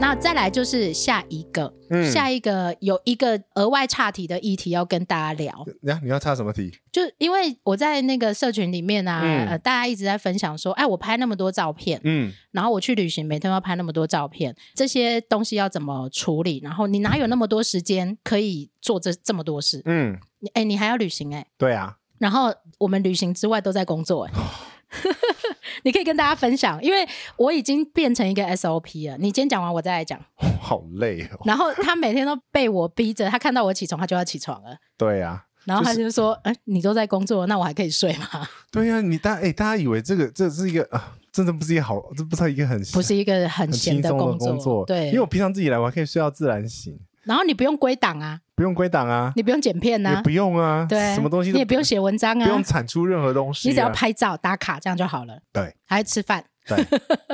那再来就是下一个，
嗯
下一个有一个额外岔题的议题要跟大家聊，
呀，你要插什么题？
就因为我在那个社群里面啊，
嗯
呃，大家一直在分享说，哎，我拍那么多照片，
嗯，
然后我去旅行，每天都要拍那么多照片，这些东西要怎么处理？然后你哪有那么多时间可以做这这么多事？
嗯，
你哎，你还要旅行哎、
对啊，
然后我们旅行之外都在工作
哦
哎、 你可以跟大家分享，因为我已经变成一个 SOP 了。你今天讲完，我再来讲。
好累哦。
然后他每天都被我逼着，他看到我起床，他就要起床了。
对啊，
然后他就说：“哎、你都在工作，那我还可以睡 吗
对啊，你大哎、大家以为这个这是一个啊，真的不是一个好，这不是一个很？”
不是一个很
很
闲
轻松
工
的工作，
对
因为。我平常自己来，我还可以睡到自然醒，
然后你不用归档啊，
不用归档啊，
你不用剪片呐、
也不用啊，
嗯对，
什么东西都
你也不用写文章啊，
不用产出任何东西啊、
你只要拍照打卡这样就好了。
对，
还有吃饭，。
对，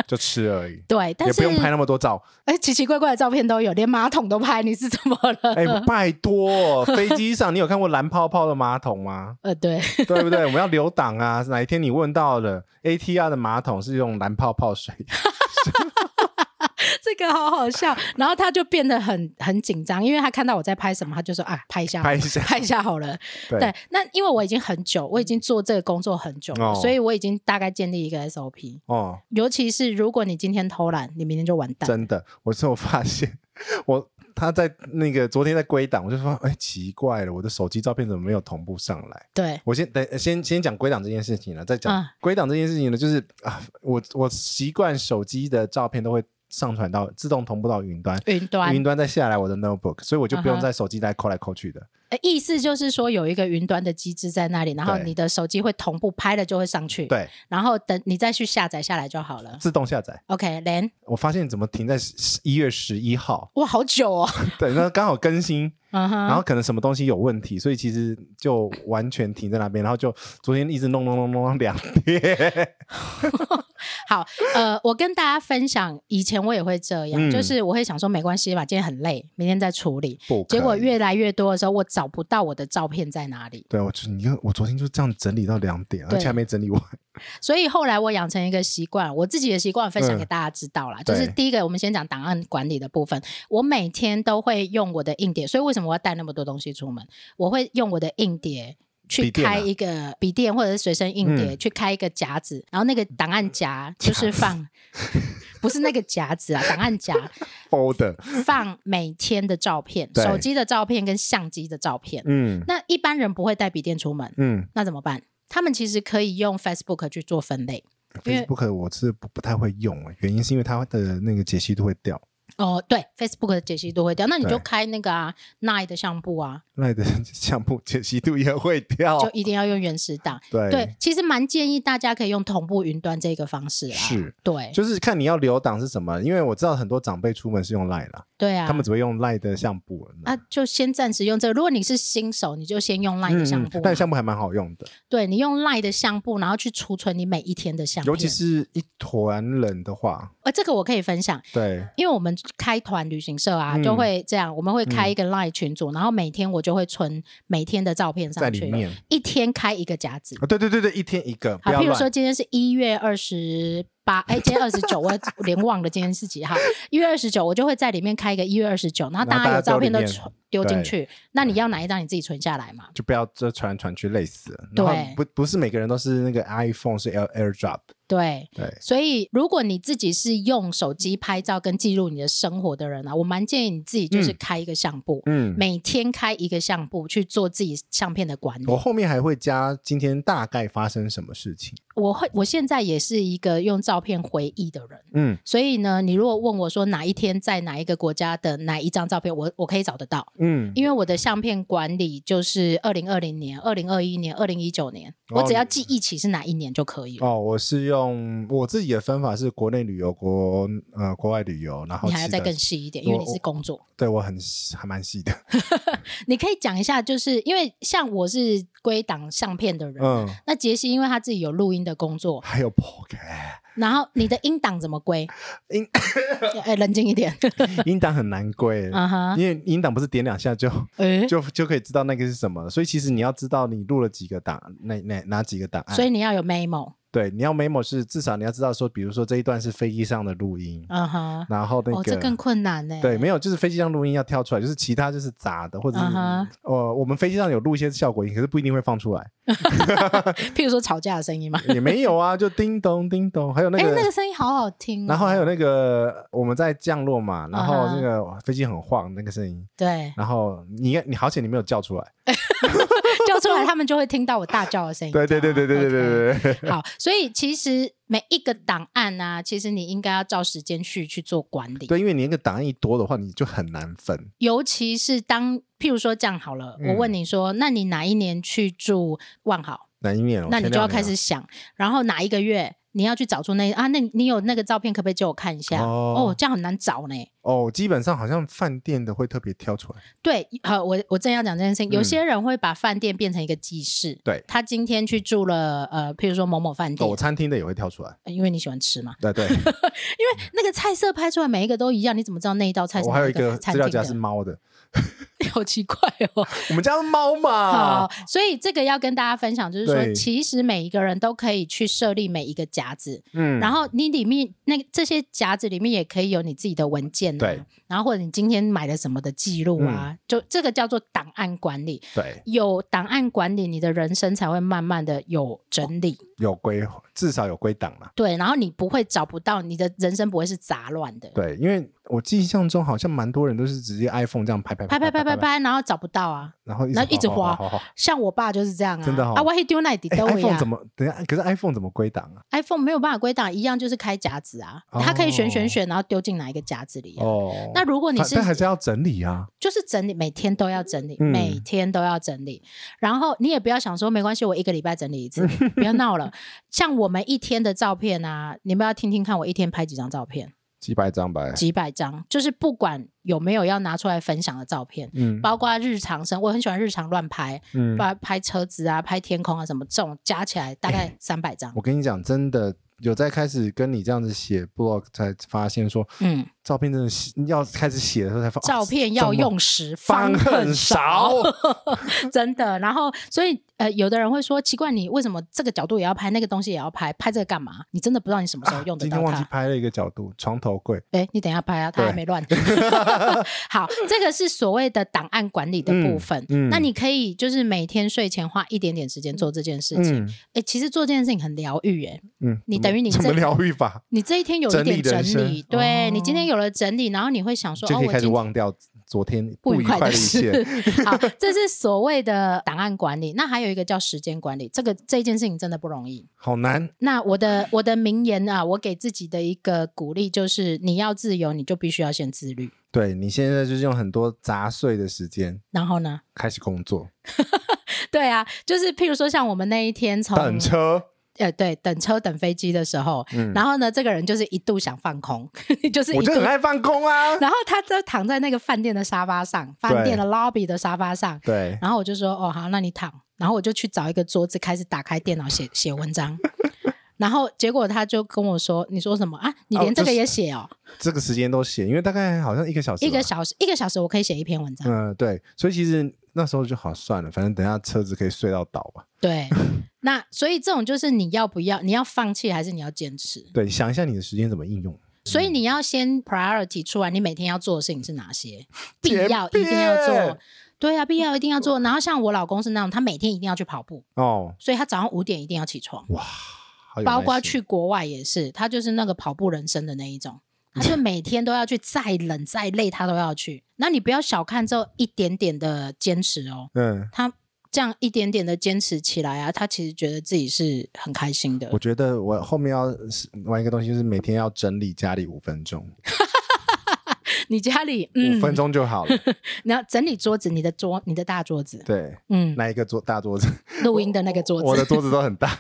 就吃而已
对，但
也
是
不用拍那么 多照，
哎，奇奇怪怪的照片都有，连马桶都拍，你是怎么了？
哎、拜托，飞机上你有看过蓝泡泡的马桶吗？
呃，对，
对不对？我们要留档啊！哪一天你问到了 ATR 的马桶是用蓝泡泡水，
这个好好笑。然后他就变得很很紧张，因为他看到我在拍什么，他就说啊，拍一下，
拍一下
拍一下好了。
对
对，那因为我已经很久，我已经做这个工作很久了，
哦
所以我已经大概建立一个 SOP。
哦，
尤其是如果你今天偷懒，你明天就完蛋。
真的，我是有发现，我他在那个昨天在归档，我就说，哎，奇怪了，我的手机照片怎么没有同步上来？
对，
我先等，呃先先讲归档这件事情了，再讲
嗯
归档这件事情呢，就是啊，我我习惯手机的照片都会上传到自动同步到云端，
云端
云端再下来我的 notebook，所以我就不
嗯
用
哼
在手机再抠来抠去的。
呃意思就是说有一个云端的机制在那里，然后
对
你的手机会同步拍了就会上去。
对，
然后等你再去下载下来就好了。
自动下载。
OK，连
我发现怎么停在一月十一号，
哇，好久哦，
对，那刚好更新，
嗯哼，
然后可能什么东西有问题，所以其实就完全停在那边，然后就昨天一直弄弄弄弄弄两 天。
好，呃，我跟大家分享，以前我也会这样，
嗯
就是我会想说没关系吧，今天很累，明天再处理。
不可
结果
以
越来越多的时候，我找不到我的照片在哪里，
对我就你看我昨天就这样整理到两点，而
对
且还没整理完。
所以后来我养成一个习惯，我自己的习惯分享
嗯
给大家知道啦。就是
对
第一个，我们先讲档案管理的部分，我每天都会用我的硬碟，所以为什么我要带那么多东西出门？我会用我的硬碟。去
笔电啊
开一个笔电或者是随身硬碟，
嗯
去开一个夹子，然后那个档案夹就是放， 不是那个夹子啊，档案夹
folder，
放每天的照片，
对
手机的照片跟相机的照片。
嗯
那一般人不会带笔电出门，
嗯
那怎么办？他们其实可以用 Facebook 去做分类。因为
，Facebook 我是不不太会用、欸，原因是因为它的那个解析度会掉，
哦，对，Facebook 的解析度会掉，那你就
对
开那个啊 Nine 的相簿啊，
那的项目解析度也会掉。
就一定要用原始档。
哦对
对，其实蛮建议大家可以用同步云端这个方式啊。
是，
对，
就是看你要留档是什么，因为我知道很多长辈出门是用 Line 啦，
对啊。
他们只会用 Line 的相簿
啊，就先暂时用这个。如果你是新手，你就先用 Line
嗯
的相簿嘛、
但相簿还蛮好用的，
对你用 Line 的相簿，然后去储存你每一天的相片。
尤其是一团人的话，
呃，这个我可以分享，
对，
因为我们开团旅行社啊，
嗯
就会这样，我们会开一个 Line 群组，然后每天我就会存每天的照片
在
上
里
去，
面
一天开一个夹子。
啊，对对对对，一天一个，不
好，
要
譬如
乱
说，今天是一月二十八，哎，今天二十 九，我连忘了今天是几号。一月二十九，我就会在里面开一个一月二十九，然后大
然后大
家
家
有照片都
都里面嗯
存丢进去。那你要哪一张你自己存下来嘛？
就不要这传来传去累死了，
对
然后不不是每个人都是那个 iPhone 是 Air AirDrop，
对，
对，
所以如果你自己是用手机拍照跟记录你的生活的人啊，我蛮建议你自己就是
嗯
开一个相簿，
嗯，
每天开一个相簿去做自己相片的管理。
我后面还会加今天大概发生什么事情，
我会，我现在也是一个用照片回忆的人，
嗯，
所以呢，你如果问我说哪一天在哪一个国家的哪一张照片，我我可以找得到，
嗯，
因为我的相片管理就是二零二零年、二零二一年、二零一九年，我
哦
只要记忆起是哪一年就可以了。
哦，我是用我自己的分法是国内旅游、国呃国外旅游，然后
你还要
吃
再
的
更细一点，因为你是工作，
对我很细还蛮 细的，
你可以讲一下，就是因为像我是归档相片的人，
嗯，
那杰西因为他自己有录音的工作，
还有 podcast
然后你的音档怎么归？
音
哎，冷静一点，
音档很难 归，
啊哈，
因为音档不是点两下 就
诶
就就可以知道那个是什么了，所以其实你要知道你录了几个档，哪哪哪几个档案，
所以你要有 memo。
对，你要 memo 是至少你要知道说，比如说这一段是飞机上的录音，
嗯哼，
然后那个、
哦，这更困难呢。
对，没有，就是飞机上录音要挑出来，就是其他就是杂的，或者是、
嗯哼
呃，我们飞机上有录一些效果音，可是不一定会放出 来，
譬如说吵架的声音嘛，
也没有啊，就叮咚叮咚，还有那
哎，
个，
那个声音好好听哦。
然后还有那个我们在降落嘛，然后
嗯哼
那个飞机很晃那个声音，
对
然后你你好险你没有叫出来，
叫出来，他们就会听到我大叫啊的声音。
对对对对对对对
对。
对对对，
好，所以其实每一个档案啊，其实你应该要照时间序去做管理。
对，因为你那个档案一多的话，你就很难分，
尤其是当譬如说这样好了，
嗯
我问你说，那你哪一年去住万豪？
难哦以免。
那你
前
就要
两
开
年
始想，然后哪一个月你要去找出那啊？那你有那个照片，可不可以借我看一下？
哦
哦，这样很难找呢。
哦，基本上好像饭店的会特别挑出来，
对，好，我我正要讲这件事情。有
嗯
些人会把饭店变成一个记事，
对
他今天去住了呃，譬如说某某饭店
哦，，餐厅的也会挑出来，
因为你喜欢吃嘛，
对对。
因为那个菜色拍出来每一个都一样，你怎么知道那一道菜是
我还有
哪
一
个
个
餐厅
资料
的？
夹 是猫的，
好奇怪 哦。
我们家是猫嘛
好，，所以这个要跟大家分享，就是说，
啊对
其实每一个人都可以去设立每一个夹子，
嗯，
然后你里面那这些夹子里面也可以有你自己的文件、啊，
对，嗯
然后或者你今天买了什么的记录啊，就这个叫做档案管理。
对
有档案管理，你的人生才会慢慢的有整理，
有归至少有归档啦。
对，然后你不会找不到，你的人生不会是杂乱的，
对，因为我印象中好像蛮多人都是直接 iPhone 这样拍拍
拍拍
拍
拍拍
拍，
拍，然后找不到啊。
然后
然后一直
滑
滑
滑滑。
像我爸就是这样啊，
真的哦
啊，我去丢那底
哎
兜里
，iPhone
啊
怎么？等一下，可是 iPhone 怎么归档啊？
，iPhone 没有办法归档，一样就是开夹子啊，
哦
它可以选选选，然后丢进哪一个夹子里啊。
哦，
那如果你
反
是
但还是要整理啊。
就是整理，每天都要整理，
嗯
每天都要整理。然后你也不要想说没关系，我一个礼拜整理 一次，不要闹了。像我们一天的照片啊，你们要听听看，我一天拍几张照片，
几百张吧，
几百张，就是不管有没有要拿出来分享的照片，
嗯
包括日常生，我很喜欢日常乱拍，
嗯，
把拍车子啊、拍天空啊什么这种加起来大概三百张。
哎我跟你讲，真的有在开始跟你这样子写 blog，才发现说
嗯，
照片真的是要开始写的时候才发，哦
照片要
用。
用时
方
恨
恨少，
真的。然后，所以呃，有的人会说奇怪，你为什么这个角度也要拍，那个东西也要拍，拍这个干嘛？你真的不知道你什么时候用得
今
到
天忘
它
记。拍了一个角度，床头柜。
哎、你等一下拍啊，它还
对
没 乱。 好，这个是所谓的档案管理的部分。
嗯嗯
那你可以就是每天睡前花一点点时间做这件事情。哎、
嗯
其实做这件事情很疗愈、哎，
嗯，
你
怎么
等于你
怎
这
么疗愈法？
你这一天有一
整
点
理
整
人
理，
生
对、
哦
你今天有了整理，然后你会想 说，
就
哦，
可以
我
开始
今天
忘掉昨天
不愉
愉
快
快
的
的一切
事。 好，这是所谓的档案管理。那还有一个叫时间管理，这个这件事情真的不容易。
好难。
那我的我的名言啊，我给自己的一个鼓励就是：你要自由，你就必须要先自律。
对你现在就是用很多杂碎的时间
然后呢？
开始工作，
对啊，就是譬如说，像我们那一天从
等车，
呃对等车等飞机的时候，
嗯，
然后呢，这个人就是一度想放空， 就是
我
一
就
度
很，爱放空啊。
然后他就躺在那个饭店的沙发上，饭店的 lobby 的沙发上，
对，
然后我就说哦好，那你躺。然后我就去找一个桌子，开始打开电脑写写文章。 然后结果他就跟我说：“你说什么啊？你
哦
连这
就
个
是
也写哦？
这个时间都写，因为大概好像一个小时，
一个，小时，一个小时我可以写一篇文章。
嗯，对，所以其实那时候就好算了，反正等一下车子可以睡到倒吧。
对，那所以这种就是你要不要，你要放弃还是你要坚持？
对，想一下你的时间怎么应用。
所以你要先 priority 出来，你每天要做的事情是哪些？必
简
要一定要做
便，
对啊，必要一定要做。然后像我老公是那种，他每天一定要去跑步，
哦，
所以他早上五点一定要起床。
好有
包
耐
括
心
去国外也是，他就是那个跑步人生的那一种，他就每天都要去，再冷再累他都要去。那你不要小看这一点点的坚持哦，
嗯，
他这样一点点的坚持起来啊，他其实觉得自己是很开心的
我。觉得我后面要是玩一个东西，就是每天要整理家里五分钟，
你家里
五
嗯，
分钟就 好了。
你要整理桌子，你的桌，你的大桌子，
对，
嗯，
那一个桌大桌子，
录音的那个桌
我的
子，
桌子都很大。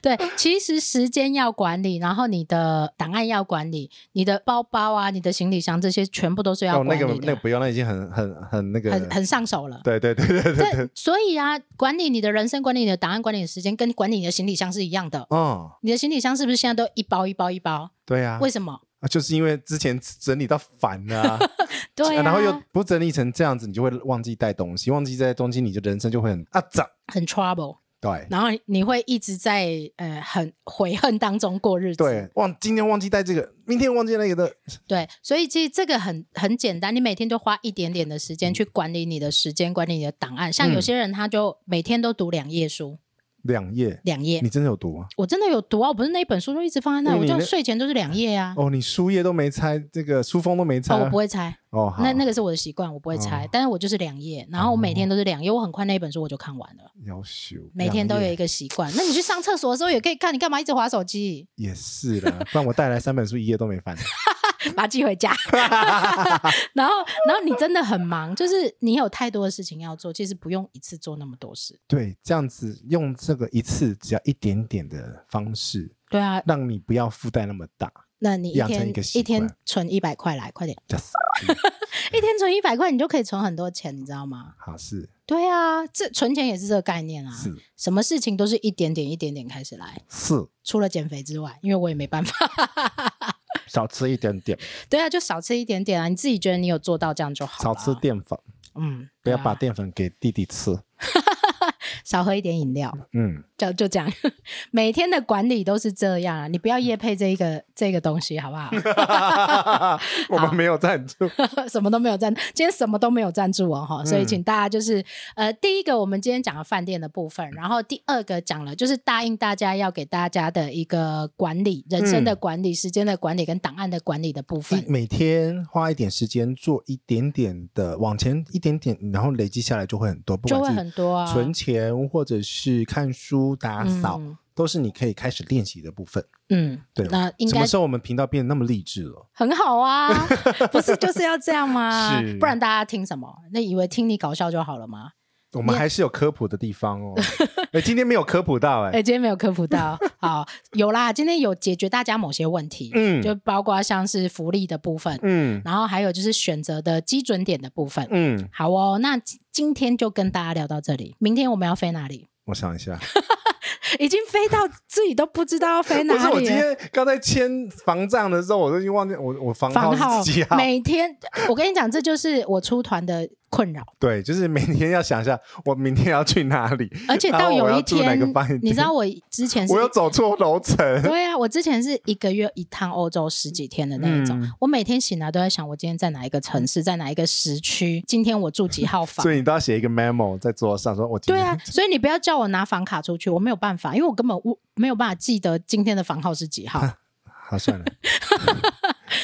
对，其实时间要管理，然后你的档案要管理，你的包包啊，你的行李箱这些全部都是要
哦，
管
那个
理
那个
的，
不用，那已经很很很那个，
很很上手了。
对对对对对对。
对，所以啊，管理你的人生，管理你的档案，管理你的时间，跟管理你的行李箱是一样的。
哦，
你的行李箱是不是现在都一包一包一包？
对啊
为，什么？
啊就是因为之前整理到烦了啊，
对、啊，
然后又不整理成这样子，你就会忘记带东西，忘记带东西，你就人生就会很啊咋
很 trouble。
对
然后你会一直在呃很悔恨当中过日子。
对，忘今天忘记带这个，明天忘记那个的，
对，所以其实这个很很简单，你每天就花一点点的时
嗯
间去管理你的时间，管理你的档案。像有些人他就每天都读两页书，
两页，
两页
你。真的有读吗？
我真的有读啊，我不是那一本书就一直放在那，
因为
我
你
就
那
睡前都是两页啊。
哦，你书页都没拆，这个书封都没拆
哦，
啊，
我不会猜，
哦，好
那那个是我的习惯，我不会猜，
哦
但是我就是两页，然后我每天都是两页，我很快那一本书我就看完了，
要修，
每天都
哦两
有
页
一个习惯。那你去上厕所的时候也可以看，你干嘛一直划手机？
也是啦，不然我带来三本书一页都没 翻，
把它寄回 家。 然后，然后你真的很忙，就是你有太多的事情要做，其实不用一次做那么多事。
对，这样子用这个一次只要一点点的方式，
对啊，
让你不要负担那么大，
那你一
养成
天
一个习
天
惯
存一百块来，快点，
就是
一天存一百块，你就可以存很多钱，你知道吗？
好是
对啊，这存钱也是这个概念啊。
是
什么事情都是一点点一点点开始来，
是，
除了减肥之外，因为我也没办法。
少吃一点点，
对啊，就少吃一点点啊，你自己觉得你有做到这样就好
少
了。
吃淀粉，
嗯，
不要
对啊
把淀粉给弟弟吃，
少喝一点饮料。
嗯，
就就这样，每天的管理都是这样啊！你不
嗯
要夜配这一个这个东西，好不 好？
我们没有赞助，
什么都没有赞，今天什么都没有赞助我哈，所以
嗯
请大家就是、呃，第一个我们今天讲了饭店的部分，然后第二个讲了就是答应大家要给大家的一个管理、人生的管理、时间的管理跟档案的管理的部分
嗯一。每天花一点时间做一点点的往前一点点，然后累积下来就会很多，不
就
管
会
是
很多啊，
存钱或者是看书、打扫，
嗯
都是你可以开始练习的部分。
嗯，
对，
那应
什
该
么时候我们频道变得那么励志了？
很好啊， 不是就是要这样吗
是？
不然大家听什么？那以为听你搞笑就好了吗？
我们
你
还是有科普的地 方哦。哎，今天没有科普到
哎、
哎，
今天没有科普到， 好，有啦，今天有解决大家某些问题，
嗯
就包括像是福利的部分，
嗯
然后还有就是选择的基准点的部分。
嗯，
好哦，那今今天就跟大家聊到这里，明天我们要飞哪里？
我想一下，
已经飞到自己都不知道要飞哪
不是我
里啊
今
了。
天刚才签房账的时候，我都已经忘记我我房
房
号是几号。
每天，我跟你讲，这就是我出团的困扰。
对，就是每天要想一下，我明天要去哪里。
而且
然
到
后我
有
要
一
住哪
天
个饭店，
你知道我之前是
我又走错楼 层。
对啊，我之前是一个月一趟欧洲十几天的那一种，
嗯
我每天醒来都在想，我今天在哪一个城市，在哪一个时区，今天我住几号 房
所。以你都要写一个 memo 在桌上，说我今
对
天
啊，所以你不要叫我拿房卡出去，我没有办法，因为我根本我没有办法记得今天的房号是几号，
好，算了，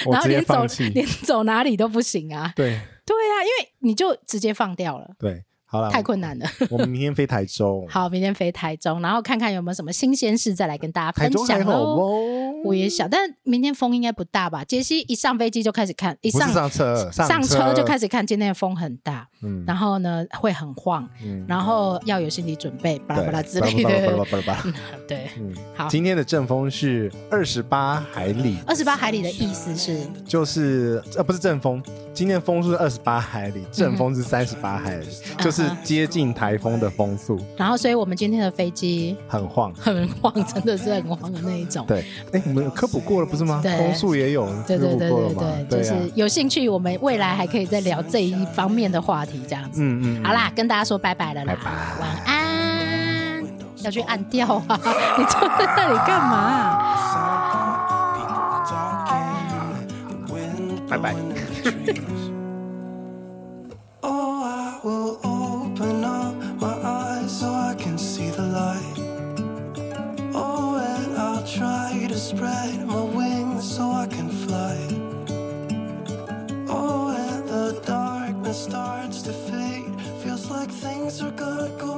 我
然后
直接
连走
放弃。
连走哪里都不行啊。
对
对啊，因为你就直接放掉了，
对，好了，
太困难了。
我们明天飞台中，
好，明天飞台中，然后看看有没有什么新鲜事，再来跟大家
台
分
中还
享
好
喽。
哦。
我也想，但明天风应该不大吧？杰西一上飞机就开始看，一
不
上
是上车，
上
车
车就开始看，今天的风很大，
嗯
然后呢会很晃，
嗯
然后要有心理准备，巴拉巴拉之类
巴拉巴
的
拉。巴拉巴拉巴拉。
嗯 对，
嗯，
好，
今天的阵风是二十八海里，
二十八海里的意思是，
嗯就是呃不是阵风，今天风速是二十八海
嗯
里，阵风是三十八海里，就是接近台风的风速，
然后所以我们今天的飞机
很晃。
很晃，真的是很晃的那一种。
对，哎，我们有科普过了不是吗？
对
风速也有
对
科
对
普
对
过了
对
嘛
对，，
对
就
啊
是有兴趣，我们未来还可以再聊这一方面的话题，这样子。
嗯嗯，嗯
好啦，跟大家说拜拜了啦，
拜拜
晚安。要去按掉啊！ 你坐在那里干嘛、啊
Bye bye. oh, I will open up my eyes so I can see the light. Oh, and I'll try to spread my wings so I can fly. Oh, and the darkness starts to fade. Feels like things are gonna go